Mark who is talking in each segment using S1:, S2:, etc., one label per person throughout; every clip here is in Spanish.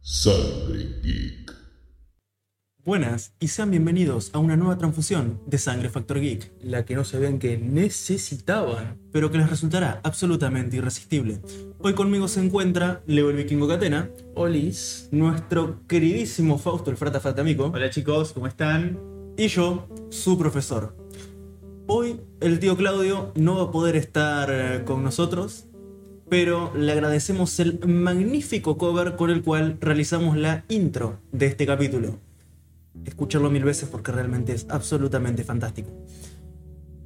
S1: Sangre Geek.
S2: Buenas y sean bienvenidos a una nueva transfusión de Sangre Factor Geek,
S3: la que no sabían que necesitaban.
S2: pero que les resultará absolutamente irresistible. Hoy conmigo se encuentra Leo el Vikingo Catena,
S3: Olis.
S2: nuestro queridísimo Fausto el Frata Fratamico
S4: Hola chicos, ¿cómo están?
S2: y yo, su profesor. Hoy el tío Claudio no va a poder estar eh, con nosotros, pero le agradecemos el magnífico cover con el cual realizamos la intro de este capítulo. Escucharlo mil veces porque realmente es absolutamente fantástico.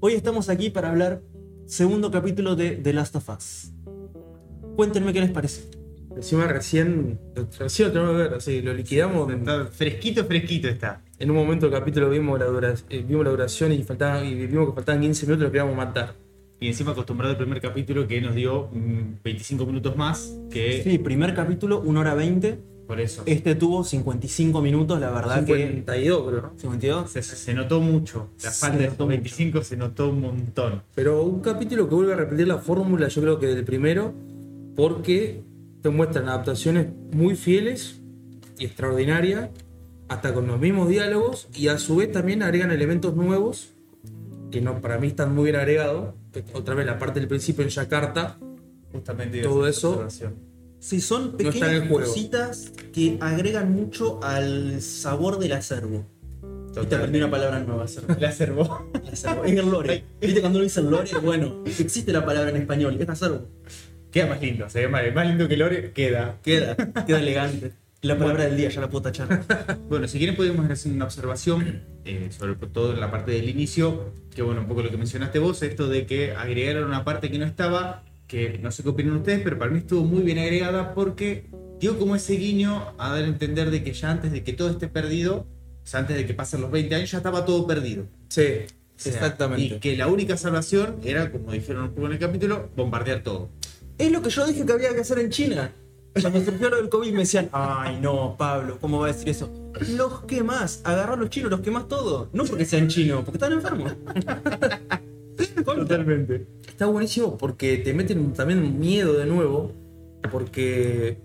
S2: Hoy estamos aquí para hablar segundo capítulo de The Last of Us. Cuéntenme qué les parece.
S3: Encima recién, recién lo tenemos que ver, así, lo liquidamos. En,
S4: Está fresquito, fresquito está.
S3: en un momento del capítulo vimos la, dura- eh, vimos la duración y, faltaban, y vimos que faltaban 15 minutos y lo queríamos matar.
S4: Y encima acostumbrado al primer capítulo que nos dio mm, 25 minutos más que
S2: Sí, primer capítulo, 1 hora 20.
S4: por eso.
S2: Este tuvo 55 minutos, la verdad que...
S3: 52, creo. ¿no?
S2: 52.
S4: Se, se notó mucho. La
S2: Se
S4: falta de
S2: notó
S4: estos 25 se notó un montón.
S3: Pero un capítulo que vuelve a repetir la fórmula, yo creo que del primero, porque te muestran adaptaciones muy fieles y extraordinarias, hasta con los mismos diálogos, y a su vez también agregan elementos nuevos, que no, para mí están muy bien agregados. que Otra vez la parte del principio en Yakarta,
S4: Justamente
S3: Todo
S4: iba a hacer
S3: eso.
S4: esa observación.
S2: Sí, son
S3: No está en
S2: pequeñas
S3: el juego.
S2: cositas que agregan mucho al sabor del acervo. Y te aprendí una palabra nueva, acervo.
S4: La acervó.
S2: Acervo. Es el lore. ¿Viste cuando lo dicen lore? Bueno, existe la palabra en español, es acervo.
S4: Queda más lindo, se ve más, más lindo que Lore, queda.
S2: Queda, queda elegante. La palabra del día ya la puedo tachar.
S4: Bueno, si quieren podemos hacer una observación, eh, sobre todo en la parte del inicio, que bueno, un poco lo que mencionaste vos, esto de que agregaron una parte que no estaba, que no sé qué opinan ustedes, pero para mí estuvo muy bien agregada porque dio como ese guiño a dar a entender de que ya antes de que todo esté perdido, o sea, antes de que pasen los 20 años, ya estaba todo perdido.
S3: sí,
S4: O sea,
S3: exactamente.
S4: Y que la única salvación era, como dijeron un poco en el capítulo, bombardear todo.
S2: Es lo que yo dije que había que hacer en China. Cuando surgió lo del COVID me decían, ay no, Pablo, ¿cómo va a decir eso? Los quemás, agarrá a los chinos, los quemás todo. No porque sean chinos, porque están enfermos.
S4: Totalmente.
S3: Está buenísimo porque te meten también miedo de nuevo, porque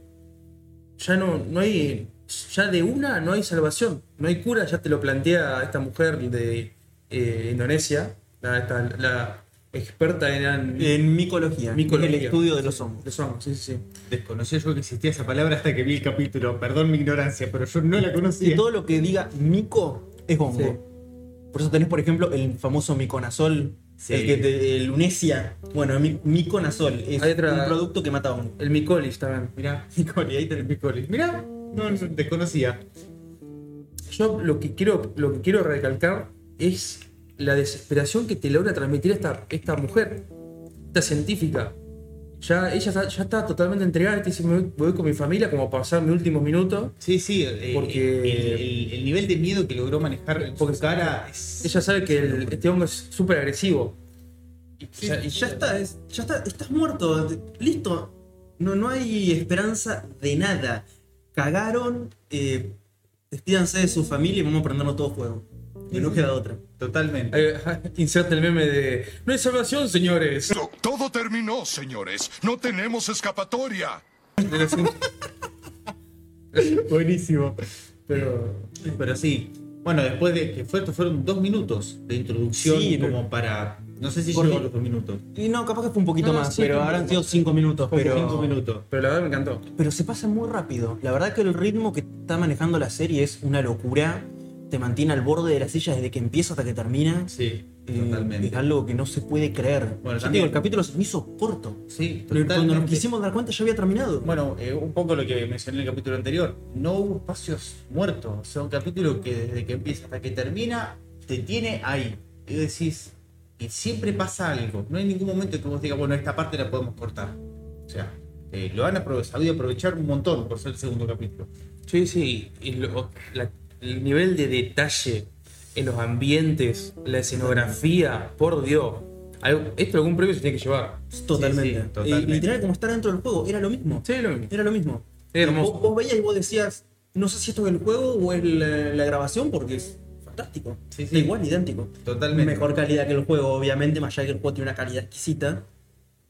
S3: ya no, no hay, ya de una no hay salvación, no hay cura, ya te lo plantea esta mujer de eh, Indonesia, la, esta- la experta en...
S2: En micología,
S3: Micología.
S2: micología. el estudio de los hongos.
S3: Lo somos, sí, sí, sí.
S4: Desconocía yo que existía esa palabra hasta que vi el capítulo. Perdón mi ignorancia, pero yo no la
S2: Y
S4: conocía.
S2: todo lo que diga mico es hongo.
S3: Sí.
S2: Por eso tenés, por ejemplo, el famoso miconazol,
S4: Sí.
S2: el, que te- el unesia. Bueno, mi- miconazol es
S3: Hay otra-
S2: un producto que mata hongo.
S3: El micolis también.
S4: Mirá, Nicole, ahí tenés Nicole. Mirá, no, no, desconocía.
S3: Yo lo que quiero, lo que quiero recalcar es la desesperación que te logra transmitir esta, esta mujer, esta científica. Ya ella está, ya está totalmente entregada, te dice, me voy- voy con mi familia como a pasar mis últimos minutos.
S4: Sí, sí, eh,
S3: Porque-
S4: el, el- el nivel de miedo que logró manejar en su cara es...
S3: Ella sabe que el- este hongo es súper agresivo.
S2: Sí, ya, está, es- ya está, estás muerto, te- listo. No, no hay esperanza de nada. Cagaron, eh, despídanse de su familia y vamos a prendernos todo fuego. Y no queda otra.
S4: Totalmente.
S3: Eh, Inserte el meme de... No hay salvación, señores.
S5: Pero todo terminó, señores. No tenemos escapatoria.
S3: De los-
S4: Buenísimo.
S3: Pero...
S4: Pero sí, bueno, después de que fue, fueron dos minutos de introducción
S2: Sí,
S4: como para... No sé si
S2: Porque-
S4: llegó a los dos minutos.
S2: Y no, capaz que fue un poquito
S3: No,
S2: más,
S3: sí,
S2: pero
S3: como-
S2: habrán sido cinco minutos.
S3: como
S2: Pero...
S4: Cinco minutos.
S3: Pero la verdad me encantó.
S2: pero se pasa muy rápido. La verdad que el ritmo que está manejando la serie es una locura. Te mantiene al borde de la silla desde que empieza hasta que termina.
S4: Sí,
S2: Eh, Es
S4: totalmente.
S2: algo que no se puede creer. Ya
S4: Bueno,
S2: te
S4: también-
S2: digo, el capítulo se me hizo corto.
S4: Sí,
S2: Cuando nos
S4: totalmente.
S2: quisimos dar cuenta ya había terminado.
S4: Bueno, eh, un poco lo que mencioné en el capítulo anterior, no hubo espacios muertos, o sea, un capítulo que desde que empieza hasta que termina te tiene ahí. Y vos decís, y siempre pasa algo, no hay ningún momento que vos digas, bueno, esta parte la podemos cortar. O sea, eh, lo han aprove- sabido aprovechar un montón por ser el segundo capítulo.
S3: Sí, sí, y lo- la- el nivel de detalle en los ambientes, la escenografía, por Dios. Algo- esto algún premio se tiene que llevar.
S2: Totalmente.
S4: Sí, sí, totalmente.
S2: Eh, literal, como estar dentro del juego, era lo mismo.
S3: Sí, lo mismo.
S2: Era lo mismo.
S3: Era hermoso.
S2: Vos, vos veías y vos decías, no sé si esto es el juego o es la, la grabación, porque es fantástico.
S4: Sí, sí.
S2: Está Igual, idéntico.
S4: Totalmente.
S2: Mejor calidad que el juego, obviamente, más allá de que el juego tiene una calidad exquisita.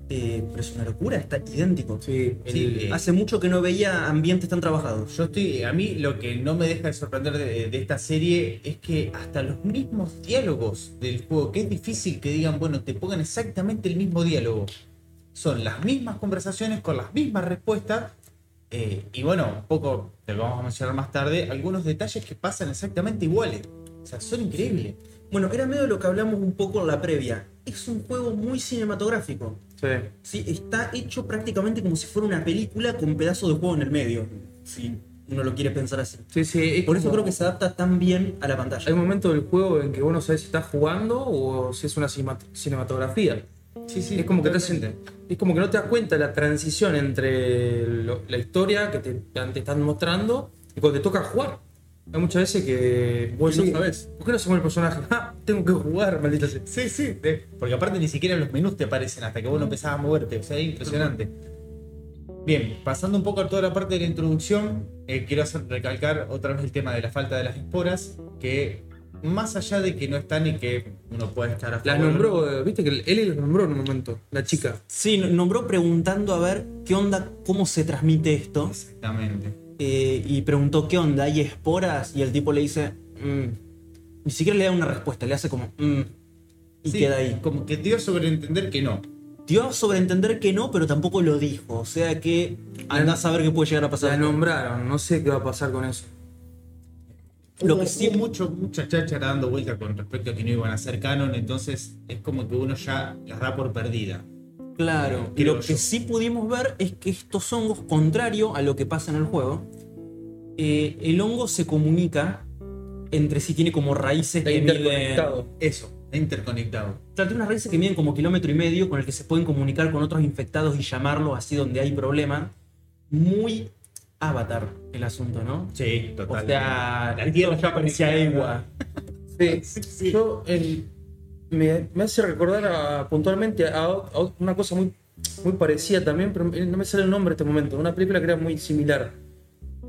S2: eh, pero es una locura, está idéntico.
S3: Sí,
S2: Sí,
S4: El, eh,
S2: hace mucho que no veía ambientes tan trabajados.
S4: Yo estoy, a mí lo que no me deja de sorprender de, de esta serie es que hasta los mismos diálogos del juego, que es difícil que digan, bueno, te pongan exactamente el mismo diálogo. Son las mismas conversaciones con las mismas respuestas. eh, y bueno, un poco, te lo vamos a mencionar más tarde, algunos detalles que pasan exactamente iguales. O sea, son increíbles.
S2: Bueno, era medio lo que hablamos un poco en la previa. Es un juego muy cinematográfico.
S3: sí.
S2: Sí, está hecho prácticamente como si fuera una película con pedazos de juego en el medio. Si uno lo quiere pensar así.
S3: Sí, sí, es
S2: Por eso
S3: como-
S2: creo que se adapta tan bien a la
S3: Hay
S2: pantalla.
S3: un momento del juego en que vos no sabés si estás jugando o si es una cima- cinematografía.
S4: Sí, sí,
S3: es, como que te
S4: totalmente.
S3: hacen- es como que no te das cuenta la transición entre lo- la historia que te, te están mostrando y cuando te toca jugar. Hay muchas veces que vos
S4: Y no
S3: decís,
S4: sabés.
S3: ¿Por qué no se mueve el personaje? ¡Ah! Tengo que jugar, maldita sea.
S4: Sí, sí. de- porque aparte ni siquiera los menús te aparecen hasta que vos no empezás a moverte. O sea, es impresionante. Bien, pasando un poco a toda la parte de la introducción, eh, quiero hacer- recalcar otra vez el tema de la falta de las esporas, que más allá de que no están y que uno puede estar a
S3: Las
S4: favor-
S3: nombró, eh, viste que él las nombró en un momento, la chica.
S2: Sí, nombró preguntando a ver qué onda, cómo se transmite esto.
S4: Exactamente.
S2: eh, y preguntó qué onda, hay esporas. Y el tipo le dice, "Mm". ni siquiera le da una respuesta, le hace como, "Mm", y
S4: Sí,
S2: queda ahí.
S4: Como que dio sobre entender que no.
S2: Dio a sobreentender que no, pero tampoco lo dijo. O sea que andás a ver qué puede llegar a
S3: La
S2: pasar.
S3: nombraron, no sé qué va a pasar con eso.
S2: Lo
S4: Hubo-
S2: que sí,
S4: hubo mucho, mucha cháchara dando vuelta con respecto a que no iban a ser canon, entonces es como que uno ya las da por perdida.
S3: Eh,
S2: claro.
S4: creo
S2: lo que
S4: yo.
S2: sí pudimos ver es que estos hongos, contrario a lo que pasa en el juego, eh, el hongo se comunica entre sí, tiene como raíces
S3: Está
S2: que miden.
S3: interconectado.
S4: Eso, interconectado.
S2: Claro, tiene unas raíces que miden como kilómetro y medio, con el que se pueden comunicar con otros infectados y llamarlos así donde hay problema. Muy avatar el asunto, ¿no?
S4: Sí,
S2: O
S4: total.
S2: sea, la tierra ya parecía agua.
S3: Sí, Yo el- me, me hace recordar a- puntualmente a, a una cosa muy, muy parecida también, pero no me sale el nombre en este momento. Una película que era muy similar.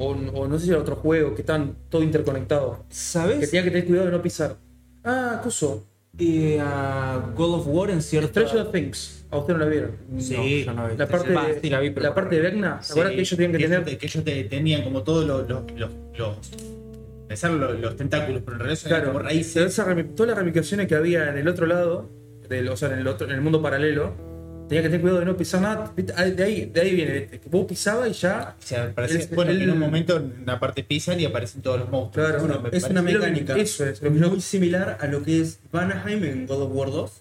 S3: O, o no sé si era otro juego, que estaban todo interconectado. Que
S2: ¿Sabes?
S3: tenía que tener cuidado de no pisar. Ah, coso.
S2: Eh, a God of War en cierto.
S3: Stranger Things. A usted no la vieron.
S2: No,
S4: Sí,
S2: yo no vi.
S3: La parte,
S2: Va, sí,
S3: de,
S2: la vi, pero-
S3: parte de Vecna, ¿se
S4: Sí,
S3: acuerdan que ellos tenían que
S4: ellos
S3: tener?
S4: te- que ellos te- tenían como todos los. los, los, los- pensar los, los tentáculos, pero en realidad son
S3: Claro,
S4: como raíces.
S3: pero esa rami- todas las ramificaciones que había en el otro lado, del- o sea, en el, otro, en el mundo paralelo, tenía que tener cuidado de no pisar nada. ¿viste? Ah, De ahí, de ahí viene, ¿viste? que vos pisabas y ya.
S4: O sea, parece,
S3: El-
S4: bueno, que en
S3: el-
S4: un momento en una parte pisan y aparecen todos los monstruos.
S3: Claro,
S4: Bueno, me
S2: es
S4: parece-
S2: una
S3: lo que-
S2: mecánica.
S3: eso es, lo que yo-
S2: muy similar a lo que es Vanaheim en God of War 2,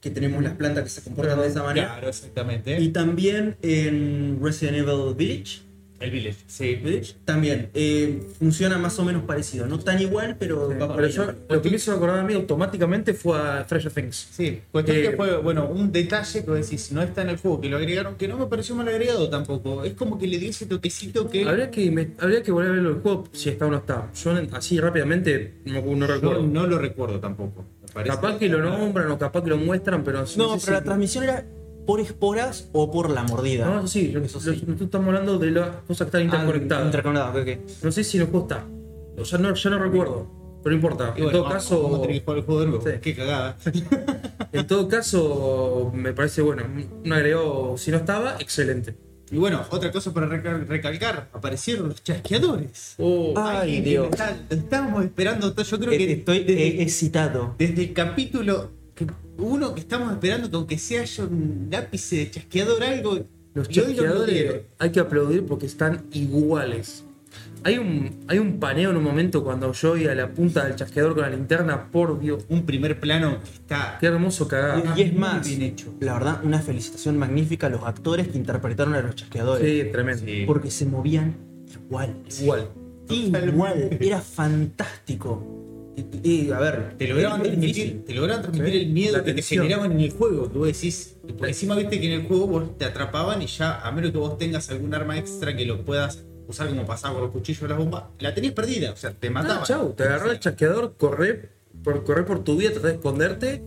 S2: que tenemos las plantas que se comportan de esa manera.
S4: Claro, exactamente.
S2: Y también en Resident Evil Village,
S4: el village. Sí,
S2: Village, también eh, funciona más o menos parecido. No tan igual, pero va por
S3: Pero
S2: ahí.
S3: yo, lo que me hizo acordar a mí automáticamente fue a Stranger Things.
S4: Sí, cuestión
S3: Eh,
S4: que fue, bueno, un detalle que vos decís, no está en el juego, que lo agregaron, que no me pareció mal agregado tampoco. Es como que le dio ese toquecito que.
S3: Habría que, me- habría que volver a ver el juego si está o no está. Yo así rápidamente no,
S4: yo
S3: no recuerdo.
S4: no lo recuerdo tampoco. me parece.
S3: capaz que lo nombran o capaz que lo muestran, pero
S2: No,
S3: sé
S2: pero la
S3: si-
S2: transmisión era por esporas o por la mordida.
S3: No, sí, lo-
S2: Eso
S3: lo-
S2: sí.
S3: nosotros estamos hablando de las cosas que están
S2: Ah,
S3: interconectadas.
S2: interconectada, ok, ok.
S3: No sé si nos gusta. O sea, no, yo no recuerdo. Pero no importa.
S4: Y
S3: En
S4: bueno,
S3: todo
S4: vamos- vamos a
S3: caso,
S4: tener que jugar el juego de nuevo.
S3: Sí.
S4: Qué cagada.
S3: en todo caso, me parece bueno. Un agregado, si no estaba, excelente.
S4: Y bueno, otra cosa para recal- recalcar, aparecieron los chasqueadores.
S3: Oh,
S2: Ay,
S4: Alguien que
S2: Dios.
S4: está- Estábamos esperando, yo creo que
S2: Eh, Estoy eh,
S4: desde,
S2: excitado.
S4: desde el capítulo que- uno que estamos esperando que aunque sea haya un lápice de chasqueador algo.
S3: los
S4: y hoy lo
S3: chasqueadores
S4: metieron.
S3: hay que aplaudir porque están iguales. Hay un, hay un paneo en un momento cuando yo voy a la punta del chasqueador con la linterna, por Dios.
S4: Un primer plano que está.
S3: Qué hermoso cagado.
S2: Y es
S4: muy
S2: más,
S4: bien hecho.
S2: la verdad, una felicitación magnífica a los actores que interpretaron a los chasqueadores.
S3: Sí, tremendo.
S4: Sí.
S2: Porque se movían igual.
S3: Igual.
S2: Igual. Era fantástico. Y, y, a ver,
S4: Te lograban
S2: era
S4: transmitir,
S2: difícil.
S4: te lograban transmitir
S3: Sí.
S4: el miedo
S3: La
S4: que te
S3: tensión.
S4: generaban en el juego. Que vos decís, por encima viste que en el juego vos te atrapaban y ya, a menos que vos tengas algún arma extra que lo puedas usar como pasaba con los cuchillos o las bombas, la tenías perdida. O sea, te mataban.
S3: Ah, chau, te agarró el chasqueador, corré por, corré por tu vida, tratá de esconderte,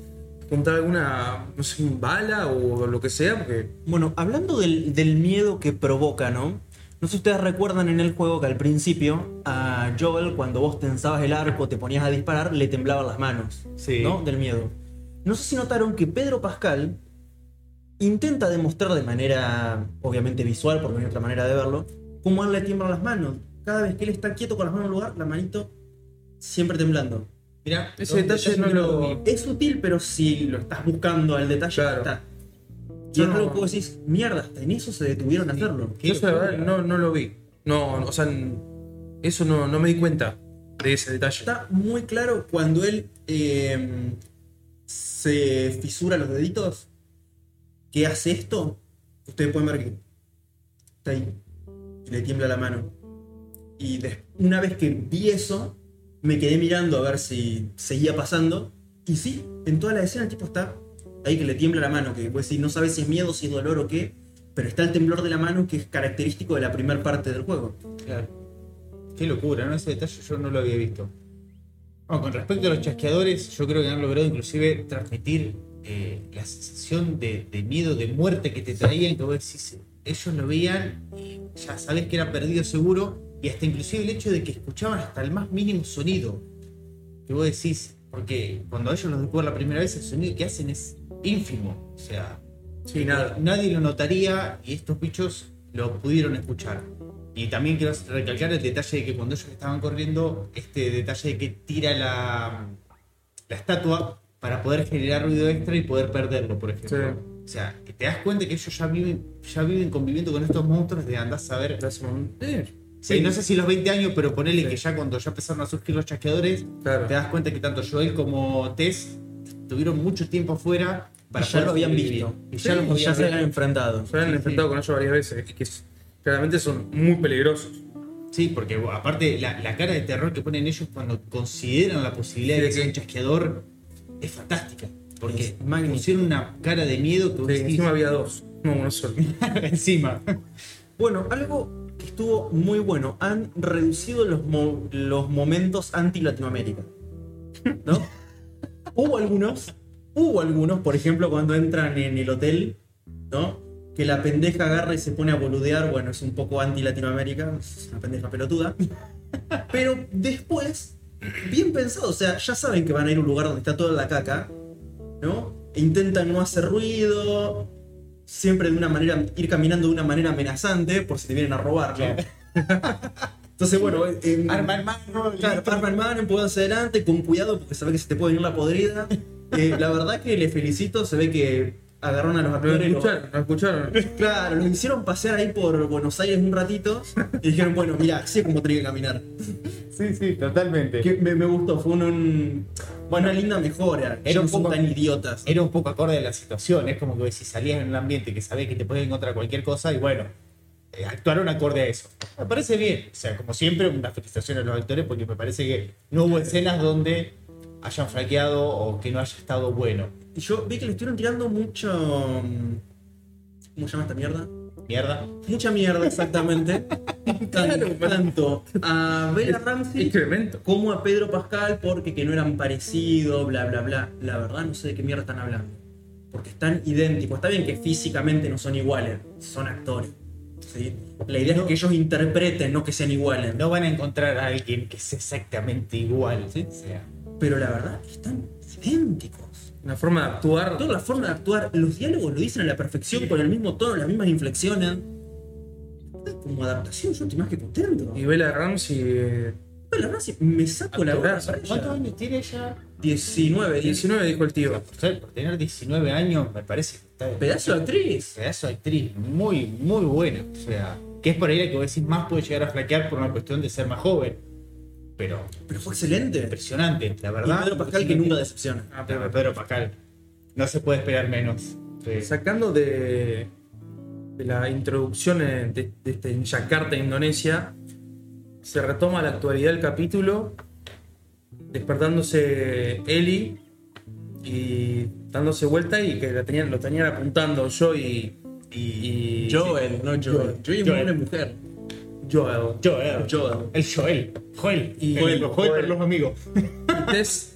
S3: juntar alguna, no sé, un bala o lo que sea, porque
S2: Bueno, hablando del, del miedo que provoca, ¿no? No sé si ustedes recuerdan en el juego que al principio a Joel, cuando vos tensabas el arco, te ponías a disparar, le temblaban las manos.
S4: Sí.
S2: ¿No? Del miedo. No sé si notaron que Pedro Pascal intenta demostrar de manera, obviamente visual, porque no hay otra manera de verlo, cómo a él le tiemblan las manos. Cada vez que él está quieto con las manos en un lugar, la manito siempre temblando.
S4: Mirá,
S3: Ese detalle no lo-
S2: Es sutil, pero si lo estás buscando al detalle,
S3: Claro.
S2: está. Y
S3: Yo
S2: es
S3: no-
S2: algo que vos decís, mierda, hasta en eso se detuvieron a hacerlo.
S4: Qué
S3: Yo, la
S4: locura.
S3: verdad, no, no lo vi. No, no, o sea, n- eso no, no me di cuenta de ese detalle.
S2: Está muy claro cuando él eh, se fisura los deditos, que hace esto, ustedes pueden ver que está ahí, que le tiembla la mano. Y des- una vez que vi eso, me quedé mirando a ver si seguía pasando. Y sí, en toda la escena el tipo está ahí que le tiembla la mano, que pues, no sabes si es miedo, si es dolor o qué, pero está el temblor de la mano que es característico de la primera parte del juego.
S4: Claro. Qué locura, ¿no? Ese detalle yo no lo había visto. Bueno, con respecto a los chasqueadores, yo creo que han logrado inclusive transmitir eh, la sensación de, de miedo, de muerte que te traían, que vos decís, ellos lo veían y ya sabés que era perdido seguro, y hasta inclusive el hecho de que escuchaban hasta el más mínimo sonido. Que vos decís, porque cuando ellos los descubren la primera vez, el sonido que hacen es ínfimo. O sea,
S3: Sí,
S4: Nadie lo notaría y estos bichos lo pudieron escuchar. Y también quiero recalcar el detalle de que cuando ellos estaban corriendo, este detalle de que tira la, la estatua para poder generar ruido extra y poder perderlo, por ejemplo.
S3: Sí.
S4: O sea, que te das cuenta que ellos ya viven, ya viven conviviendo con estos monstruos de andás a ver. Sí, no sé si los 20 años, pero ponele
S3: Sí.
S4: que ya cuando ya empezaron a surgir los chasqueadores,
S3: Claro.
S4: te das cuenta que tanto Joel como Tess tuvieron mucho tiempo afuera para
S2: Y ya lo
S4: poder
S2: habían
S4: sobrevivir.
S2: visto.
S4: Y ya los
S2: Y ya
S4: habían
S2: se
S4: visto.
S2: habían enfrentado.
S3: Se han
S4: Sí,
S3: enfrentado con ellos varias veces, que es- claramente son muy peligrosos.
S4: Sí, porque bueno, aparte la, la cara de terror que ponen ellos cuando consideran la posibilidad
S3: Sí,
S4: de que sea
S3: sí.
S4: un chasqueador es fantástica. Porque
S2: Es magnífico.
S4: pusieron una cara de miedo que vos
S3: Sí,
S4: decís,
S3: encima había dos, no uno solo.
S4: encima.
S2: Bueno, algo que estuvo muy bueno, han reducido los, mo- los momentos anti-Latinoamérica. ¿No? hubo algunos, hubo algunos, por ejemplo, cuando entran en el hotel, ¿no? Que la pendeja agarra y se pone a boludear, bueno, es un poco anti-Latinoamérica, es una pendeja pelotuda. Pero después, bien pensado, o sea, ya saben que van a ir a un lugar donde está toda la caca, ¿no? E intentan no hacer ruido, siempre de una manera, ir caminando de una manera amenazante por si te vienen a robar, ¿no? Entonces, bueno, eh,
S4: Arma en mano,
S2: Claro,
S4: listo.
S2: arma en mano, empujándose adelante, con cuidado porque sabe que se te puede venir la podrida. Eh, la verdad que le felicito, se ve que agarraron a los
S3: Lo
S2: actores. los-
S3: escucharon, lo escucharon.
S2: claro, los hicieron pasear ahí por Buenos Aires un ratito y dijeron, bueno, mira, así es como tenía que caminar.
S4: Sí, sí, totalmente.
S2: Que me, me gustó, fue un, un- una linda mejora.
S4: Era
S2: Era
S4: un
S2: no son
S4: poco-
S2: tan idiotas.
S4: Era un poco acorde a la situación, es como que si salías en un ambiente que sabés que te puedes encontrar cualquier cosa y bueno, eh, actuaron acorde a eso. Me parece bien, o sea, como siempre, una felicitación a los actores porque me parece que no hubo escenas donde hayan flaqueado o que no haya estado bueno.
S2: Y yo vi que le estuvieron tirando mucho. mm, ¿Cómo se llama esta mierda?
S4: Mierda.
S2: Mucha mierda, exactamente. Tan- tanto a Bella Ramsey.
S3: Incremento.
S2: como a Pedro Pascal porque que no eran parecidos, bla, bla, bla. La verdad no sé de qué mierda están hablando. Porque están idénticos. Está bien que físicamente no son iguales, son actores. ¿sí? La idea es que ellos interpreten, no que sean iguales. ¿no?
S4: No van a encontrar a alguien que es exactamente igual. O sea,
S2: Pero la verdad, están idénticos.
S3: La forma de actuar.
S2: Toda la forma de actuar, los diálogos lo dicen a la perfección, con el mismo tono, las mismas inflexiones. Como adaptación, yo estoy más que contento.
S3: Y Bella Ramsey, eh,
S2: La verdad, sí, me saco la boca
S3: Actorazo.
S2: para
S4: ¿cuántos
S2: ella.
S4: años tiene ella?
S2: 19, 19.
S3: 19 dijo el tío.
S4: Por, ser- por tener 19 años, me parece que está
S2: Pedazo de actriz.
S4: pedazo de actriz muy, muy buena. O sea, que es por ahí la que vos decís más puede llegar a flaquear por una cuestión de ser más joven. Pero
S2: Pero fue excelente.
S4: impresionante, la
S2: Y
S4: verdad.
S2: Pedro Pascal que nunca decepciona.
S4: Ah, pero Pedro Pascal. No se puede esperar menos. Sí.
S3: Sacando de, de la introducción en, de, de este- en Yakarta, Indonesia, se retoma la actualidad del capítulo, despertándose Eli y dándose vuelta y que la tenían, lo tenían apuntando yo y, y- y-
S2: Joel, no Joel. Joel es
S4: Joel.
S2: una mujer.
S3: Joel.
S4: Joel.
S2: Joel.
S4: El Joel. Joel.
S3: Y-
S4: Joel, Joel,
S3: Joel.
S4: por los amigos.
S3: Y Tess,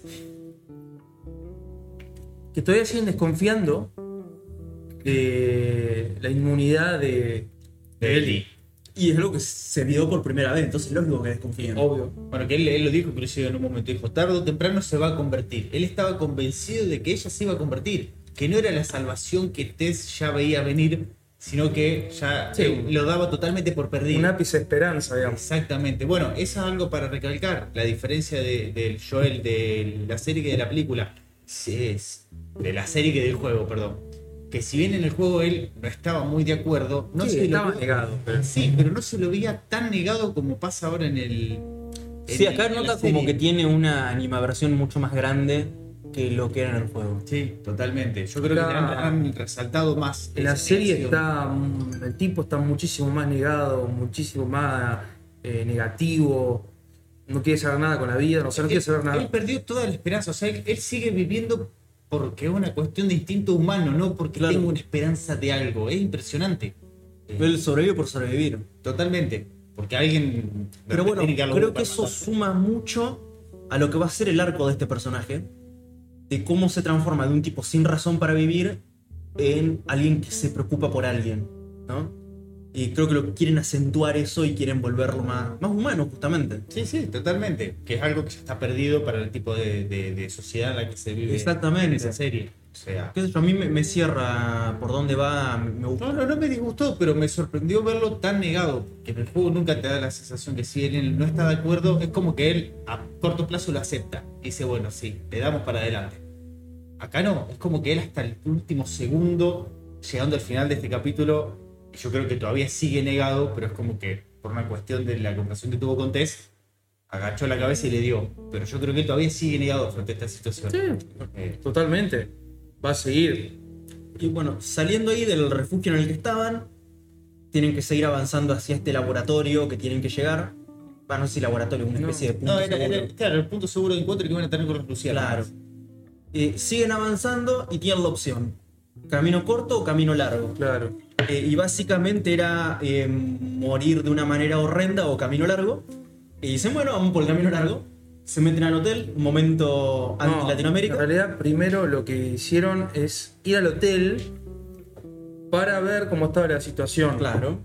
S3: que todavía siguen desconfiando de la inmunidad de,
S4: De Eli.
S2: Y es algo que se vio por primera vez, entonces es lógico que desconfían.
S3: obvio.
S4: Bueno, que él, él lo dijo inclusive en un momento, dijo, tarde o temprano se va a convertir. Él estaba convencido de que ella se iba a convertir. que no era la salvación que Tess ya veía venir, sino que ya eh, lo daba totalmente por perdido.
S3: Un ápice de esperanza, digamos.
S4: Exactamente. Bueno, eso es algo para recalcar. La diferencia de- del Joel de la serie que de la película. Sí, es de la serie que del juego, perdón. Que si bien en el juego él no estaba muy de acuerdo, no
S3: Sí,
S4: se lo
S3: estaba
S4: ve-
S3: negado. pero-
S4: Sí, pero no se lo veía tan negado como pasa ahora en el. en
S2: Sí,
S4: el-
S2: acá
S4: en la
S2: nota
S4: serie.
S2: como que tiene una animaversión mucho más grande que lo que era en el juego.
S4: Sí, totalmente. Yo creo
S3: Acá-
S4: que han, han resaltado más.
S3: En la
S4: esa
S3: serie
S4: acción.
S3: está. mm, El tipo está muchísimo más negado, muchísimo más eh, negativo. No quiere saber nada con la vida, no, sé, no quiere saber
S4: Él
S3: nada.
S4: perdió toda la esperanza. O sea, él, él sigue viviendo porque es una cuestión de instinto humano, no porque
S2: Claro.
S4: tengo una esperanza de algo. Es impresionante.
S2: Él sobrevivió por sobrevivir.
S4: Totalmente. Porque alguien. de
S2: Pero bueno,
S4: repente tiene darlo
S2: creo
S4: para
S2: que eso
S4: matar.
S2: suma mucho a lo que va a ser el arco de este personaje. De cómo se transforma de un tipo sin razón para vivir en alguien que se preocupa por alguien, ¿no? Y creo que lo quieren acentuar eso y quieren volverlo más, más humano, justamente.
S4: Sí, sí, totalmente. Que es algo que ya está perdido para el tipo de, de- de sociedad en la que se vive.
S2: Exactamente.
S4: En esa serie. O sea.
S2: Qué sé yo, a mí me, me cierra por dónde va, me- me gusta.
S4: No, no, no me disgustó, pero me sorprendió verlo tan negado. Que en el juego nunca te da la sensación que si él no está de acuerdo, es como que él a corto plazo lo acepta. Y dice, bueno, sí, le damos para adelante. Acá no, es como que él hasta el último segundo, llegando al final de este capítulo, yo creo que todavía sigue negado, pero es como que por una cuestión de la conversación que tuvo con Tess, agachó la cabeza y le dio. Pero yo creo que él todavía sigue negado frente a esta situación. Eh,
S3: Totalmente. Va a seguir.
S2: Y bueno, saliendo ahí del refugio en el que estaban, tienen que seguir avanzando hacia este laboratorio que tienen que llegar. Va, no sé si laboratorio, una
S3: No.
S2: especie de punto
S4: no, era,
S2: seguro.
S4: era- claro, el punto seguro de encuentro que van a tener con los lucianos.
S2: Claro. Eh, siguen avanzando y tienen la opción. Camino corto o camino largo.
S3: Claro.
S2: Eh, y básicamente era eh, morir de una manera horrenda o camino largo. Y dicen, bueno, vamos por el camino largo. Se meten al hotel, momento
S3: No,
S2: anti-Latinoamérica.
S3: En realidad, primero lo que hicieron es ir al hotel para ver cómo estaba la situación.
S2: Claro.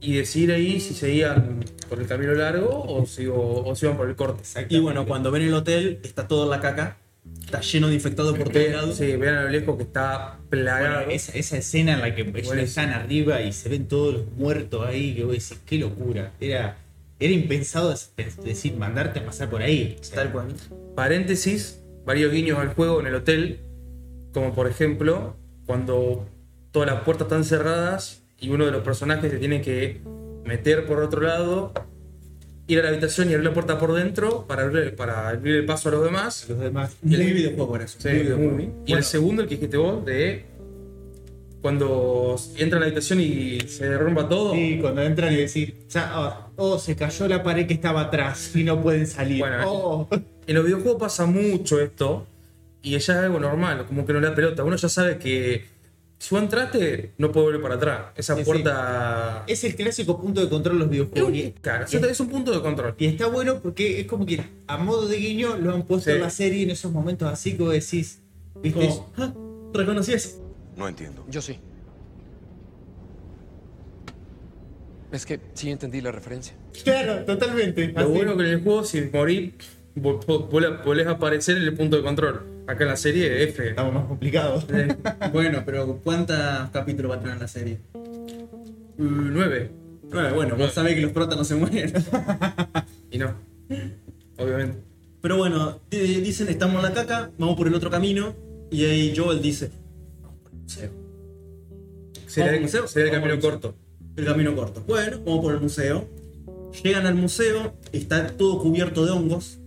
S3: Y decidir ahí si seguían por el camino largo o si, o- o si iban por el corte.
S2: Y bueno, cuando ven el hotel, está todo en la caca. Está lleno de infectados por todos
S3: Porque,
S2: lados.
S3: sí, vean a lo lejos que está plagado.
S4: Bueno, esa, esa escena en la que ellos
S3: Ah, Buenísimo.
S4: están arriba y se ven todos los muertos ahí, que vos decís, qué locura. Era, era impensado des- des- decir, mandarte a pasar por ahí. O sea,
S2: Tal cual.
S3: Paréntesis, varios guiños al juego en el hotel. Como por ejemplo, cuando todas las puertas están cerradas y uno de los personajes se tiene que meter por otro lado, ir a la habitación y abrir la puerta por dentro para abrir, para abrir el paso a los demás.
S4: Los demás.
S2: Muy videojuego era eso.
S3: Sí,
S2: muy
S3: muy-
S2: videojuego.
S3: Y el segundo, el que dijiste vos, de cuando entra a la habitación y se derrumba todo.
S4: Sí, cuando entran y decís, "Ya, ah, oh, se cayó la pared que estaba atrás y no pueden salir.
S3: Bueno,
S4: Oh.
S3: En los videojuegos pasa mucho esto y ya es algo normal, como que no le da pelota. Uno ya sabe que si vos entraste, no puede volver para atrás. Esa
S4: Sí, sí.
S3: puerta.
S4: Es el clásico punto de control de los videojuegos. Y-
S3: Claro,
S4: y-
S3: es, es un punto de control.
S4: Y está bueno porque es como que a modo de guiño lo han puesto
S3: Sí.
S4: en la serie en esos momentos así que vos decís, ¿viste?
S2: Como, "Ah, reconocí eso".
S1: No entiendo.
S6: Yo sí. Es que sí entendí la referencia.
S4: Claro, totalmente.
S3: Lo
S4: así.
S3: bueno que en el juego, si morís, vol- vol- vol- volvés a aparecer en el punto de control. Acá en la serie, F.
S4: Estamos más complicados.
S2: Bueno, pero ¿cuántos capítulos va a tener la serie?
S3: 9.
S2: Bueno, bueno, vos sabés que los protas no se mueren.
S3: Y no. Obviamente.
S2: Pero bueno, di- dicen, estamos en la caca, vamos por el otro camino. Y ahí Joel dice,
S3: Sería
S2: Vamos al
S3: el,
S2: museo,
S3: sería el
S2: vamos
S3: camino
S2: al museo.
S3: corto.
S2: el camino corto. Bueno, vamos por el museo. Llegan al museo, está todo cubierto de hongos.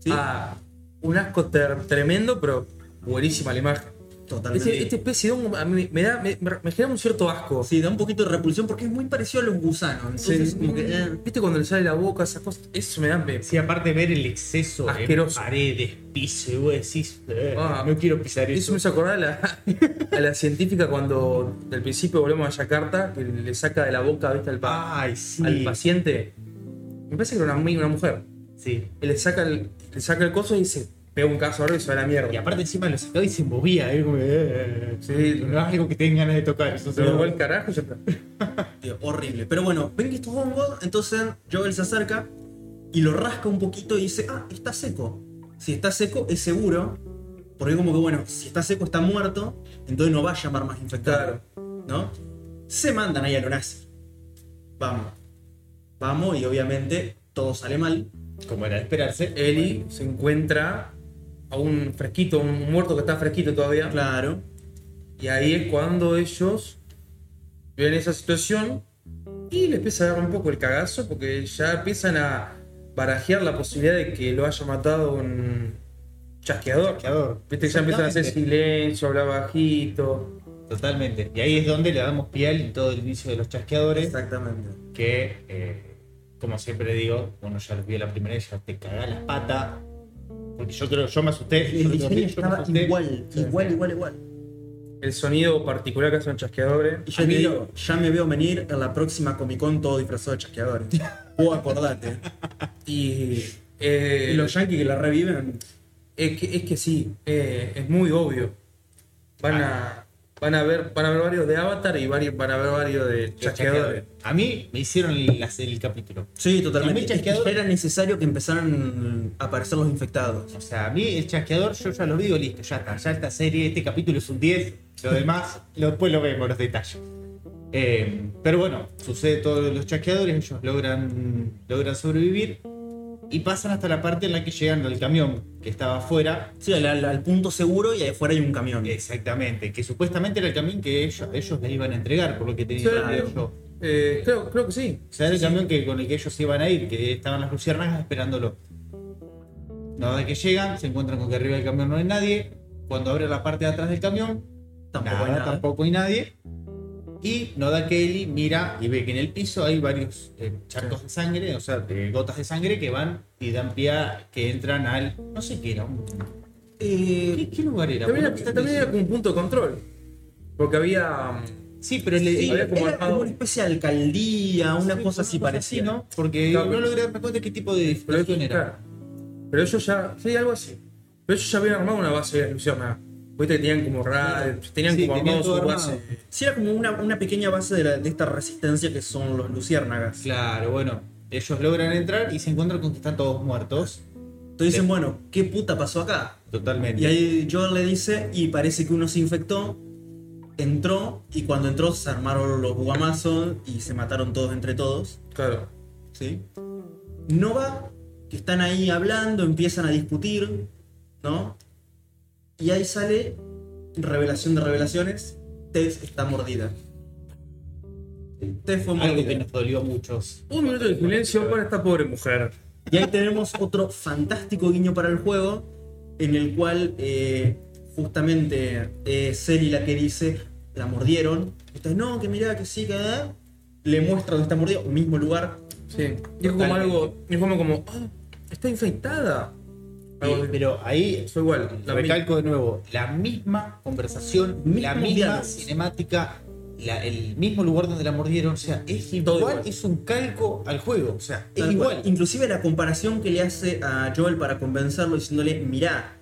S2: ¿sí?
S3: Ah, un asco ter- tremendo, pero buenísima la imagen.
S2: Totalmente.
S3: Ese- este- esta especie de hongo a mí me, da, me, me- me genera un cierto asco.
S2: Sí, da un poquito de repulsión porque es muy parecido a los gusanos. Entonces,
S3: Sí,
S2: como que... eh,
S3: ¿Viste cuando le sale la boca, esas cosas? Eso me da... me-
S4: Sí, aparte ver el exceso
S3: Asqueroso.
S4: en paredes, piso, y vos decís, "Eh,
S3: Ah,
S4: no quiero pisar
S3: eso
S4: eso.
S3: me hizo acordar a la, a la científica cuando del principio volvemos a Yakarta, que le saca de la boca ¿viste, al, pa-
S4: Ay, Ah, sí.
S3: al paciente. Me parece que era una, mu- una mujer.
S4: Sí.
S3: Y le saca el, le saca el coso y se pega un caso ahora y se va a la mierda.
S4: Y aparte encima lo sacaba y se movía, eh, como, "Eh".
S3: Sí.
S4: no es algo que tengan ganas de tocar. Eso
S3: se lo llevó el carajo y ya está.
S2: Tío, eh, horrible. Pero bueno, ven que estos hongos, entonces Joel se acerca y lo rasca un poquito y dice, ah, está seco. Si está seco, es seguro Porque como que, bueno, si está seco está muerto, entonces no va a llamar más infectado. ¿No? Se mandan ahí a lo nazi. Vamos. Vamos y obviamente todo sale mal.
S4: Como era de esperarse.
S3: Eli se encuentra a un fresquito, un muerto que está fresquito todavía.
S2: Claro.
S3: Y ahí es cuando ellos ven esa situación y les empieza a dar un poco el cagazo porque ya empiezan a barajear la posibilidad de que lo haya matado un chasqueador.
S4: Chasqueador.
S3: Viste que ya empiezan a hacer silencio, hablar bajito.
S4: Totalmente. Y ahí es donde le damos pie al todo el inicio de los chasqueadores.
S2: Exactamente.
S4: que, eh, como siempre digo, uno ya los vio la primera vez, ya te cagás las patas. Porque yo creo, yo me asusté. yo
S2: El
S4: creo que
S2: diseño
S4: yo me
S2: estaba
S4: asusté.
S2: igual, igual, igual, igual.
S3: El sonido particular que hacen los chasqueadores.
S2: Y yo
S3: A
S2: te
S3: mí
S2: digo, ya me veo venir a la próxima Comic Con todo disfrazado de chasqueadores. Vos acordate.
S3: Y, eh,
S2: Y los yankees que la reviven.
S3: es, que, es que sí, eh, es muy obvio. Van a, van, a ver, van a ver varios de Avatar y varios, van a ver varios de
S4: Los
S3: chasqueadores.
S4: chasqueadores. A mí me hicieron las- el capítulo.
S2: Sí,
S4: Y
S2: totalmente.
S4: muy chasqueador.
S2: Era necesario que empezaran a aparecer los infectados.
S4: O sea, a mí el chasqueador, yo ya lo digo, listo, ya está. Ya esta serie, este capítulo es un 10. Lo demás, lo- después lo vemos, los detalles. Eh, pero bueno, sucede todo lo de los chasqueadores, ellos logran, logran sobrevivir. Y pasan hasta la parte en la que llegan al camión que estaba afuera
S2: Sí, al, al- al punto seguro y ahí afuera hay un camión.
S4: Eh, Exactamente, que supuestamente era el camión que ellos, ellos les iban a entregar, por lo que te digo
S3: Claro.
S4: yo.
S3: Eh, creo, creo que sí.
S4: O sea, era el camión que, con el que ellos iban a ir, que estaban las luciérnagas esperándolo. Nada de que llegan, se encuentran con que arriba del camión no hay nadie. Cuando abre la parte de atrás del camión,
S2: Tampoco
S4: nada,
S2: hay nada.
S4: tampoco hay nadie. Y Noda Kelly mira y ve que en el piso hay varios eh, charcos de sangre, o sea, de gotas de sangre que van y dan pie a que entran al. No sé qué era. un-
S2: Eh,
S4: ¿Qué, qué lugar era?
S3: También,
S4: boludo?
S3: era- también era como un punto de control. Porque había. um,
S4: Sí, pero le,
S2: sí,
S3: había
S2: eh, era
S3: como
S2: como,
S3: armado-
S2: una especie de alcaldía, una
S4: Sí,
S2: cosa así parecía.
S4: ¿no? Porque
S3: Claro,
S4: no
S3: pero-
S4: logré darme cuenta de qué tipo de
S3: Pero, ellos-
S4: edificación
S3: claro.
S4: era.
S3: Pero ellos ya. Sí, algo así. Pero ellos ya habían armado una base de ilusión. Viste que tenían como radio, tenían
S4: Sí,
S3: como
S4: tenían
S3: armado
S4: todo
S3: su
S4: armado.
S3: base.
S2: Sí, era como una, una pequeña base de, la- de esta resistencia que son los luciérnagas.
S4: Claro, bueno, ellos logran entrar y se encuentran con que están todos muertos.
S2: Entonces dicen, bueno, ¿qué puta pasó acá?
S4: Totalmente.
S2: Y ahí Joel le dice, y parece que uno se infectó, entró, y cuando entró se armaron los guamazos y se mataron todos entre todos.
S3: Claro.
S2: ¿sí? Nova, que están ahí hablando, empiezan a discutir, ¿no? Y ahí sale, revelación de revelaciones, Tess está mordida. Tess fue
S4: Algo que
S2: mordida.
S4: nos dolió a muchos.
S3: Un minuto de silencio para esta pobre mujer.
S2: Y ahí tenemos otro fantástico guiño para el juego, en el cual eh, justamente eh, Celi la que dice, la mordieron. Entonces, no, que mirá, que sí, que... ah". Le muestra donde está mordida, mismo lugar.
S3: Sí. Dijo como algo. Dijo como, como "Ah, está infectada.
S2: Ah,
S3: Algo
S4: Eh,
S3: así.
S4: pero ahí,
S3: Fue igual.
S4: la
S3: La misma.
S4: recalco de nuevo, la misma conversación,
S2: Mismos
S4: la misma
S2: diálogos.
S4: cinemática, la- el mismo lugar donde la mordieron. O sea, es igual,
S3: Todo igual.
S4: es un calco al juego. O sea, es
S2: Tal
S4: igual.
S2: cual. Inclusive la comparación que le hace a Joel para convencerlo diciéndole, mirá,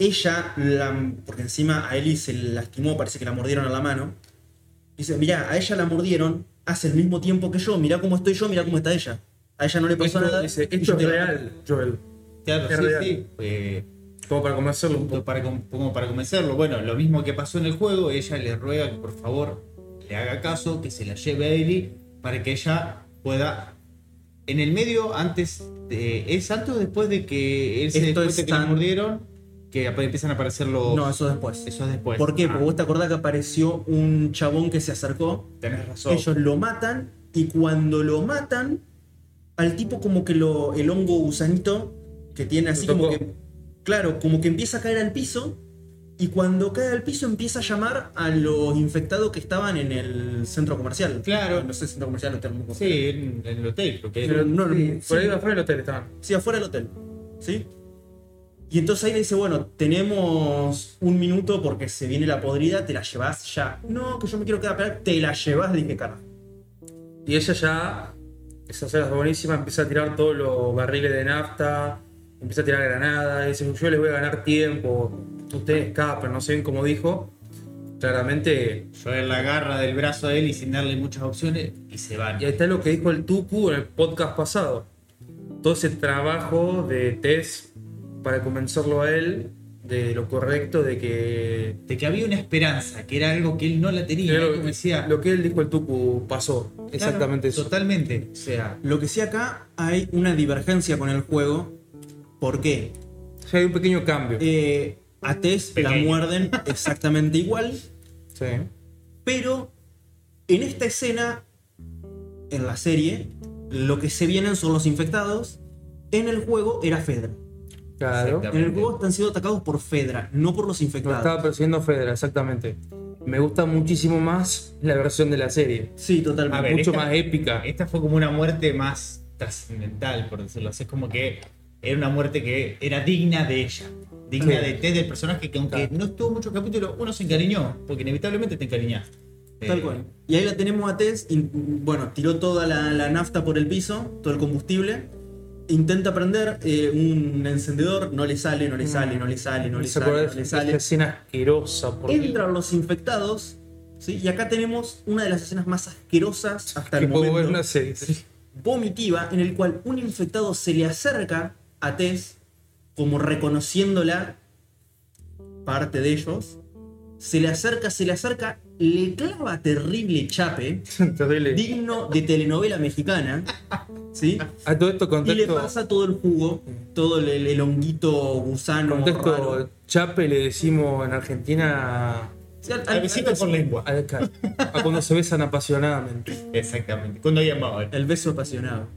S2: ella, la- porque encima a Ellie se lastimó, parece que la mordieron a la mano. Dice, mirá, a ella la mordieron hace el mismo tiempo que yo, mirá cómo estoy yo, mirá cómo está ella. A ella no le pasó
S3: Esto-
S2: nada.
S3: dice,
S2: y
S3: esto
S2: yo
S3: es
S2: te-
S3: real, Joel.
S4: Claro,
S3: Es
S4: sí,
S3: real.
S4: sí. Eh,
S3: Como para convencerlo un
S4: Como
S3: poco.
S4: para, como para convencerlo. Bueno, lo mismo que pasó en el juego, ella le ruega que por favor le haga caso, que se la lleve a Ellie para que ella pueda. En el medio, antes de. ¿Es antes o después de que él se dé
S2: Esto es
S4: cuenta que la
S2: tan-
S4: mordieron? Que ap- empiezan a aparecer los.
S2: No, eso después.
S4: Eso es después.
S2: ¿Por qué?
S4: Ah,
S2: Porque vos te acordás que apareció un chabón que se acercó,
S4: tenés razón.
S2: ellos lo matan y cuando lo matan, al tipo como que lo, el hongo gusanito que tiene así
S3: Lo
S2: como
S3: tocó.
S2: que, claro, como que empieza a caer al piso y cuando cae al piso empieza a llamar a los infectados que estaban en el centro comercial. Ah,
S4: Claro.
S2: No sé, centro comercial, hotel. no sé.
S4: Sí, en, en el hotel, creo que
S2: Pero
S4: era.
S2: no,
S3: Sí,
S2: sí,
S3: Por ahí afuera del hotel estaban.
S2: sí, afuera del hotel. ¿Sí? Y entonces ahí le dice, bueno, tenemos un minuto porque se viene la podrida, te la llevas ya. No, que yo me quiero quedar a esperar, te la llevas, dije, carajo.
S3: Y ella ya, esas horas buenísimas, empieza a tirar todos los barriles de nafta, empieza a tirar granadas, y dice, yo les voy a ganar tiempo, ustedes escapan, no sé bien cómo dijo. Claramente,
S4: Yo en la garra del brazo de Ellie sin darle muchas opciones y se van.
S3: y ahí está lo que dijo el Tucu en el podcast pasado. Todo ese trabajo de Tess para convencerlo a él, de lo correcto, de que
S4: De que había una esperanza, que era algo que él no la tenía.
S3: Creo
S4: como decía,
S3: lo que él dijo el Tucu pasó. Exactamente eso.
S4: Totalmente. O sea,
S2: Lo que sí acá hay una divergencia con el juego. ¿Por qué?
S3: O sea, hay un pequeño cambio.
S2: Eh, a Tess la muerden exactamente igual,
S3: Sí.
S2: pero en esta escena, en la serie, lo que se vienen son los infectados. En el juego era Fedra.
S3: Claro.
S4: Exactamente.
S2: En el juego están siendo atacados por Fedra, no por los
S3: Lo
S2: infectados.
S3: estaba persiguiendo Fedra, exactamente. Me gusta muchísimo más la versión de la serie.
S2: Sí, totalmente.
S4: A ver,
S3: Mucho
S4: esta-
S3: más épica.
S4: esta fue como una muerte más trascendental, por decirlo así. Es como que era una muerte que era digna de ella. Digna
S3: Sí.
S4: de Ted, del personaje que aunque no estuvo muchos capítulos, uno se encariñó. Porque inevitablemente te encariñás.
S2: Tal
S4: Eh,
S2: cual. Y ahí la tenemos a Tess. y, bueno, tiró toda la, la nafta por el piso, todo el combustible. Intenta prender eh, un encendedor, no le sale, no le sale, no le sale, no le
S3: ¿Se
S2: sale,
S3: acuerdan
S2: no le
S3: de
S2: sale.
S3: esa escena asquerosa? Por
S2: Entran los infectados, ¿sí? y acá tenemos una de las escenas más asquerosas hasta
S3: que
S2: el
S3: puedo
S2: momento.
S3: ver una serie.
S2: Vomitiva, en el cual un infectado se le acerca a Tess, como reconociéndola parte de ellos. Se le acerca, se le acerca, le clava terrible chape
S3: Terrible.
S2: digno de telenovela mexicana, ¿sí?
S3: A todo esto
S2: Y le
S3: contexto,
S2: pasa todo el jugo, todo el, el honguito gusano
S3: contexto
S2: raro.
S3: chape le decimos en Argentina
S2: O sea, al-
S4: Al besito
S2: al-
S4: por lengua.
S3: a, a cuando se besan apasionadamente.
S4: Exactamente. Cuando eh, hay amor.
S2: El beso apasionado.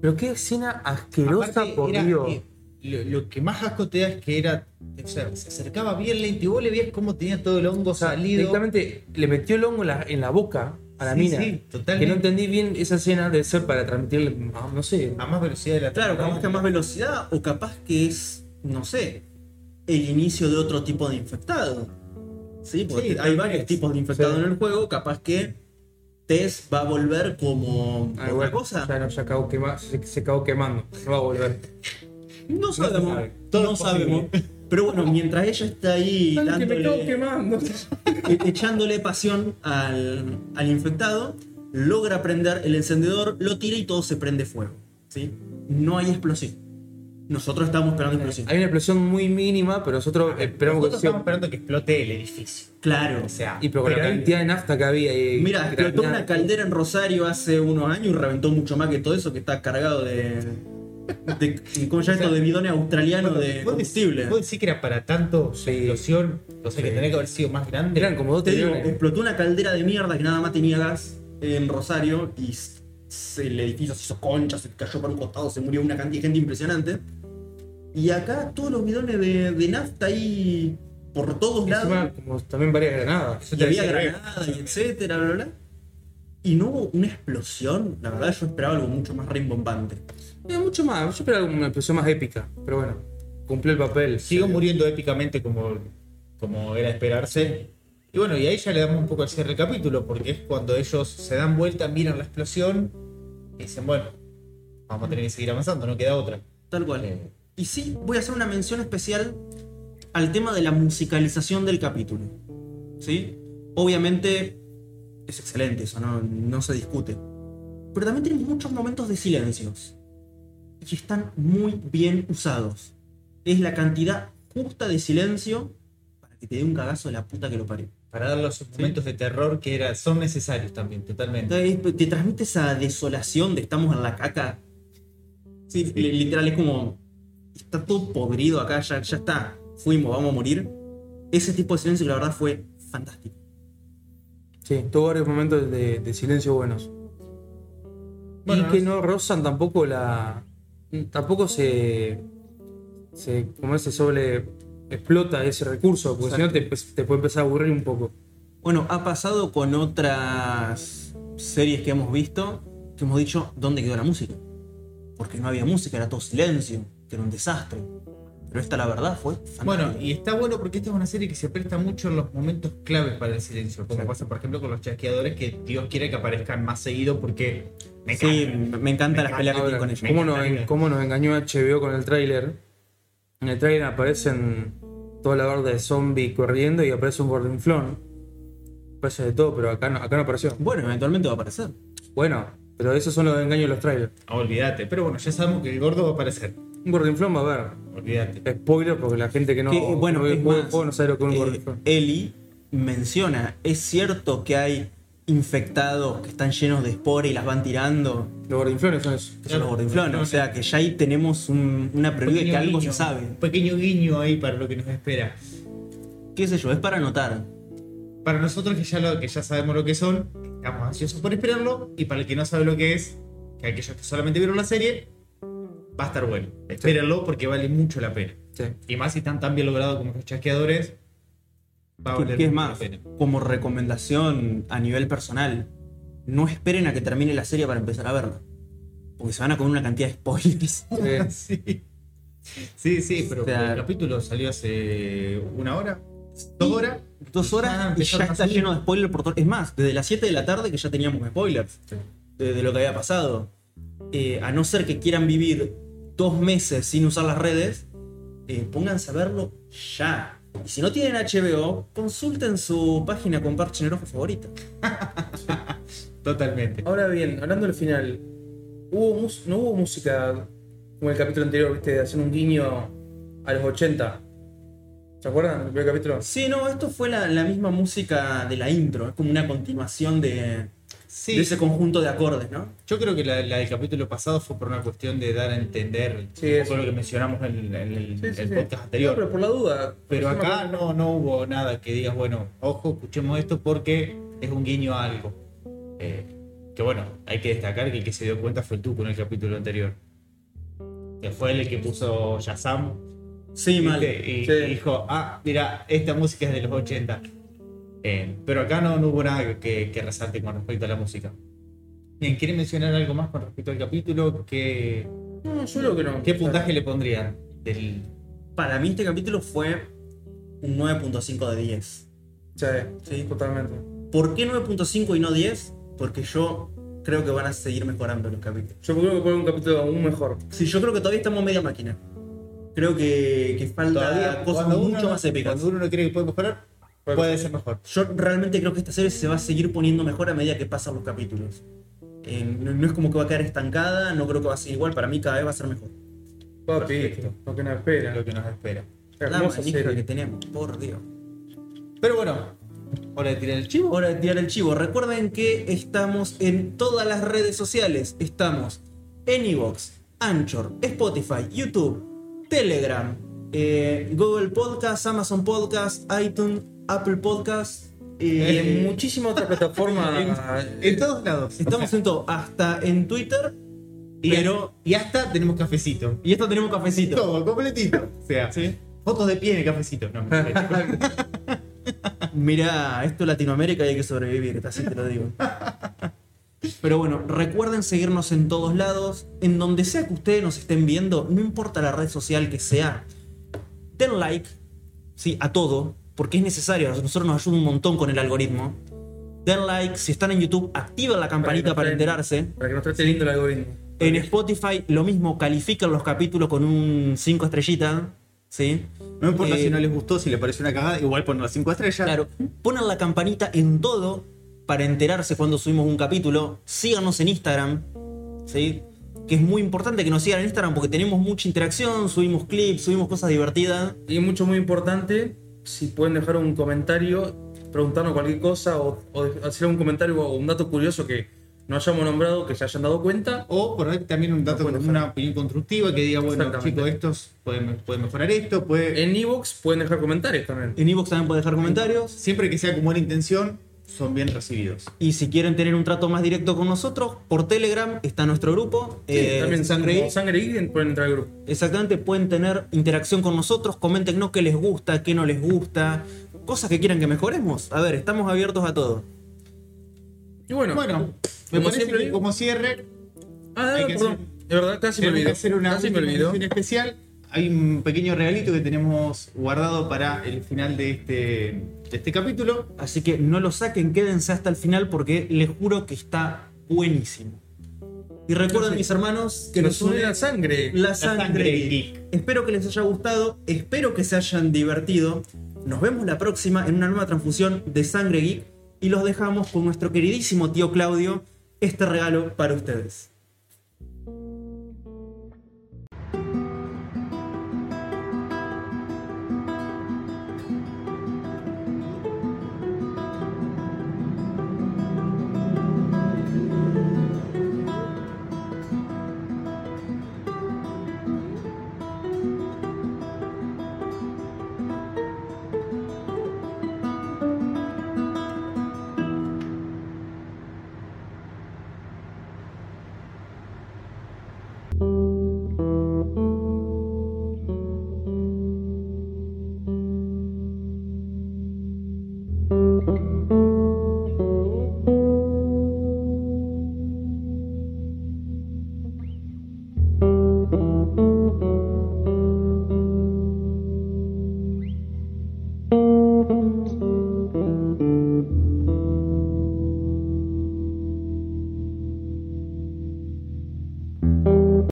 S3: Pero qué escena asquerosa,
S4: Aparte,
S3: por
S4: era,
S3: Dios.
S4: eh, lo, lo que más asco te da es que era. O sea, se acercaba bien lento y vos le veías cómo tenía todo el hongo
S3: O sea,
S4: salido.
S3: directamente le metió el hongo en la, en la boca a la
S4: Sí,
S3: mina.
S4: sí, totalmente.
S3: que no entendí bien esa escena de ser para transmitirle, ah, no sé.
S4: A más velocidad de la
S2: Claro,
S4: trama.
S2: capaz que a más velocidad o capaz que es, no sé, el inicio de otro tipo de infectado. Sí, porque
S4: Sí,
S2: hay
S4: tal
S2: varios
S4: vez.
S2: tipos de infectados
S3: Sí.
S2: en el juego, capaz que Tess va a volver como
S3: Ah,
S2: otra
S3: igual,
S2: cosa.
S3: Ya, no, ya acabó quema- se, se acabó quemando. No va a volver.
S2: No sabemos,
S3: sabe.
S4: Todo
S2: no
S4: es posible.
S2: sabemos. Pero bueno, mientras ella está ahí dándole-
S3: quemando.
S2: E- echándole pasión al, al infectado, logra prender el encendedor, lo tira y todo se prende fuego. ¿sí? No hay explosión. Nosotros estamos esperando explosión.
S3: Hay una explosión muy mínima, pero nosotros
S2: Ah,
S3: esperamos
S4: Nosotros
S3: que sea.
S4: estamos esperando que explote el edificio.
S2: Claro.
S4: O sea,
S3: Y pero con la
S4: pero-
S3: cantidad de nafta que había. y-
S2: Mira,
S3: que la
S2: explotó
S3: mina-
S2: una caldera en Rosario hace unos años y reventó mucho más que todo eso que está cargado de. de ¿Cómo se llama esto? De bidones australianos de
S4: ¿Vos decís-
S2: combustible.
S4: ¿Vos decís que era para tanto
S3: Sí.
S4: la explosión? O sea, que
S3: Sí.
S4: tenía que haber sido más grande.
S3: Eran como dos
S2: Te digo,
S3: trillones.
S2: explotó una caldera de mierda que nada más tenía gas en Rosario y s- se- el edificio se hizo concha, se cayó para un costado, se murió una cantidad de gente impresionante. Y acá todos los bidones de, de nafta ahí por todos
S3: Y
S2: lados.
S3: encima, como también varias granadas.
S2: Y había granadas y etcétera, bla, bla, bla. Y no hubo una explosión. La verdad, yo esperaba algo mucho más rimbombante.
S3: Era mucho más. Yo esperaba una explosión más épica. Pero bueno, cumplió el papel.
S4: Sigo muriendo épicamente como, como era esperarse. Y bueno, y ahí ya le damos un poco el cierre del capítulo, porque es cuando ellos se dan vuelta, miran la explosión y dicen, bueno, vamos a tener que seguir avanzando, no queda otra.
S2: Tal cual.
S4: Eh.
S2: Y sí, voy a hacer una mención especial al tema de la musicalización del capítulo. ¿Sí? Obviamente es excelente, eso no, no se discute. Pero también tiene muchos momentos de silencios. Y están muy bien usados. Es la cantidad justa de silencio para que te dé un cagazo de la puta que lo parió.
S4: Para dar los momentos de terror que era, son necesarios también, totalmente.
S2: Entonces, te transmite esa desolación de estamos en la caca. Sí, li- literal, es como. Está todo podrido acá, ya, ya está. Fuimos, vamos a morir. Ese tipo de silencio, que la verdad, fue fantástico.
S3: Sí, tuvo varios momentos de, de silencio buenos.
S4: Bueno,
S3: y que
S4: no-
S3: no rozan tampoco la. Tampoco se. se como se sobre. explota ese recurso, porque si no te, pues, te puede empezar a aburrir un poco.
S2: Bueno, ha pasado con otras series que hemos visto que hemos dicho dónde quedó la música. Porque no había música, era todo silencio, que era un desastre. Pero esta, la verdad, fue fantástica.
S4: Bueno, y está bueno porque esta es una serie que se presta mucho en los momentos claves para el silencio, como
S3: Exacto.
S4: pasa por ejemplo con los chasqueadores que Dios quiere que aparezcan más seguido porque me
S2: sí,
S4: encantan.
S2: me, me encantan
S4: Me
S2: las peleas que
S3: Ahora,
S2: tiene con ellos.
S3: ¿cómo,
S4: Me
S3: nos,
S4: encantaría.
S3: cómo nos engañó HBO con el tráiler? En el tráiler aparecen toda la barda de zombies corriendo y aparece un gordinflón. Aparece de todo, pero acá no, acá no apareció.
S2: Bueno, eventualmente va a aparecer.
S3: Bueno, pero esos son los engaños de los trailers.
S4: Ah, Olvídate, pero bueno, ya sabemos que el gordo va a aparecer.
S3: Un gordinflón va a
S4: Olvídate.
S3: haber. Spoiler porque la gente que no.
S2: Que, eh, bueno,
S3: no,
S2: es
S3: juega el
S2: más,
S3: juego no sabe lo que es un
S2: eh,
S3: gordinflón.
S2: Eli menciona, es cierto que hay infectados que están llenos de espora y las van tirando,
S3: Los gordinflones son eso.
S2: que son los gordinflones, o sea que ya ahí tenemos un- una previa de que
S4: Pequeño
S2: algo se
S4: guiño,
S2: sabe.
S4: Un pequeño guiño ahí para lo que nos espera.
S2: Qué sé yo, es para anotar.
S4: Para nosotros que ya, lo, que ya sabemos lo que son, estamos ansiosos por esperarlo. Y para el que no sabe lo que es, que aquellos que solamente vieron la serie, va a estar bueno. Espérenlo porque vale mucho la pena.
S3: Sí.
S4: Y más si están tan bien logrados como los chasqueadores, va a
S2: Que-
S4: valer
S2: que es
S4: mucho la
S2: más,
S4: pena.
S2: como recomendación a nivel personal, no esperen a que termine la serie para empezar a verla. Porque se van a comer una cantidad de spoilers.
S3: Eh,
S4: sí. Sí, sí, pero
S2: O sea-
S4: el capítulo salió hace una hora, dos horas.
S2: Dos
S4: Ah,
S2: horas y
S4: empezaron
S2: ya
S4: a
S2: está
S4: subir.
S2: lleno de spoilers por todo. Es más, desde las 7 de la tarde que ya teníamos spoilers de, de lo que había pasado. Eh, a no ser que quieran vivir dos meses sin usar las redes, eh, pónganse a verlo ya. Y si no tienen HBO, consulten su página con parche en el ojo favorita.
S4: Totalmente.
S3: Ahora bien, hablando del final, ¿hubo mus- ¿no hubo música como el capítulo anterior, viste, de hacer un guiño a los 80? ¿Se acuerdan del primer capítulo?
S2: Sí, no, esto fue la, la misma música de la intro. Es como una continuación de,
S4: Sí,
S2: de ese conjunto de acordes, ¿no?
S4: yo creo que la, la del capítulo pasado fue por una cuestión de dar a entender
S3: Sí,
S4: un
S3: eso.
S4: poco lo que mencionamos en, el- en el-
S3: Sí, sí,
S4: el
S3: sí.
S4: podcast
S3: No,
S4: anterior.
S3: pero por la duda.
S4: Pero
S3: yo me
S4: acá
S3: acuerdo-
S4: no, no hubo nada que digas, bueno, ojo, escuchemos esto porque es un guiño a algo. Eh, que bueno, hay que destacar que el que se dio cuenta fue el Tuco en el capítulo anterior. Que fue él el que puso Yazam
S2: Sí, mal.
S4: y
S3: Sí.
S4: y dijo, ah, mira, esta música es de los 80. Eh, pero acá no, no hubo nada que, que resalte con respecto a la música. Bien, ¿quieren mencionar algo más con respecto al capítulo? ¿Qué,
S3: No, yo creo que no.
S4: qué
S3: O sea,
S4: puntaje le pondrían? Del...
S2: Para mí este capítulo fue un 9.5 de 10.
S3: Sí, sí, totalmente.
S2: ¿Por qué 9.5 y no 10? Porque yo creo que van a seguir mejorando los capítulos.
S3: Yo creo que poner un capítulo aún mejor.
S2: Sí, yo creo que todavía estamos media máquina. Creo que, que falta cosas
S4: cuando uno
S2: mucho
S4: no-
S2: más épicas.
S4: Cuando uno no cree que puede mejorar,
S3: Puede
S4: puede ser mejor.
S2: Yo realmente creo que esta serie se va a seguir poniendo mejor a medida que pasan los capítulos. Eh, no, no es como que va a quedar estancada, no creo que va a ser igual, para mí cada vez va a ser mejor.
S3: Papi,
S4: Perfecto.
S3: lo que nos
S4: Es
S3: espera.
S4: lo que nos espera.
S2: La
S3: Hermosa
S2: manija que
S3: serie.
S2: tenemos, por Dios.
S4: Pero bueno, hora de tirar el chivo.
S2: Hora de tirar el chivo. Recuerden que estamos en todas las redes sociales. Estamos en Evox, Anchor, Spotify, YouTube, Telegram, eh, Google Podcast, Amazon Podcast, iTunes, Apple Podcast.
S3: Y
S2: eh,
S3: en muchísimas otras plataformas.
S4: En, en todos lados.
S2: estamos en todo, hasta en Twitter.
S4: Y-
S2: pero-
S4: y hasta tenemos cafecito.
S2: Y esto tenemos cafecito.
S4: Todo, completito. O sea,
S2: Sí.
S4: fotos de pie en el cafecito. No, mentira, chicos.
S2: Mirá, esto es Latinoamérica y hay que sobrevivir, así te lo digo. Pero bueno, recuerden seguirnos en todos lados, en donde sea que ustedes nos estén viendo, no importa la red social que sea, den like, sí, a todo, porque es necesario, a nosotros nos ayuda un montón con el algoritmo. Den like, si están en YouTube, activen la campanita para enterarse.
S3: Para que nos trate lindo el algoritmo.
S2: En Spotify lo mismo, califican los capítulos con un 5 estrellita, ¿sí?
S4: no importa
S2: Eh,
S4: si no les gustó, si les pareció una cagada, igual ponen las 5 estrellas.
S2: Claro, ponen la campanita en todo para enterarse cuando subimos un capítulo. Síganos en Instagram, ¿sí? Que es muy importante que nos sigan en Instagram porque tenemos mucha interacción, subimos clips, subimos cosas divertidas.
S3: Y mucho muy importante, si pueden dejar un comentario, preguntarnos cualquier cosa o, o hacer un comentario o un dato curioso que no hayamos nombrado, que se hayan dado cuenta.
S4: O por ahí también un dato,
S3: No puede
S4: una opinión constructiva que diga, bueno,
S3: Exactamente. Eh.
S4: chicos, estos pueden, pueden mejorar esto, puede.
S3: En Evox pueden dejar comentarios también.
S2: En Evox también pueden dejar comentarios.
S4: Siempre que sea con buena intención, son bien recibidos.
S2: Y si quieren tener un trato más directo con nosotros, por Telegram está nuestro grupo. eh,
S3: también
S2: Sangre
S3: como
S2: I.
S3: Sangre I pueden entrar al grupo.
S2: Exactamente, pueden tener interacción con nosotros, coméntenos qué les gusta, qué no les gusta, cosas que quieran que mejoremos. A ver, estamos abiertos a todo.
S3: Y bueno,
S4: Bueno, me
S3: Como
S4: parece
S3: siempre
S4: que
S3: digo-
S4: como cierre,
S3: ah,
S4: hay que
S3: perdón.
S4: hacer-
S3: de verdad, casi me
S4: Tenemos
S3: olvidé.
S4: que hacer una
S3: Casi me
S4: última
S3: olvidó.
S4: mención especial. Hay un pequeño regalito que tenemos guardado para el final de este, de este capítulo.
S2: Así que no lo saquen, quédense hasta el final porque les juro que está buenísimo. Y recuerden, mis hermanos, que nos une
S3: la sangre.
S2: la
S4: sangre
S2: sangre.
S4: geek.
S2: Espero que les haya gustado, espero que se hayan divertido. Nos vemos la próxima en una nueva transfusión de Sangre Geek y los dejamos con nuestro queridísimo tío Claudio este regalo para ustedes.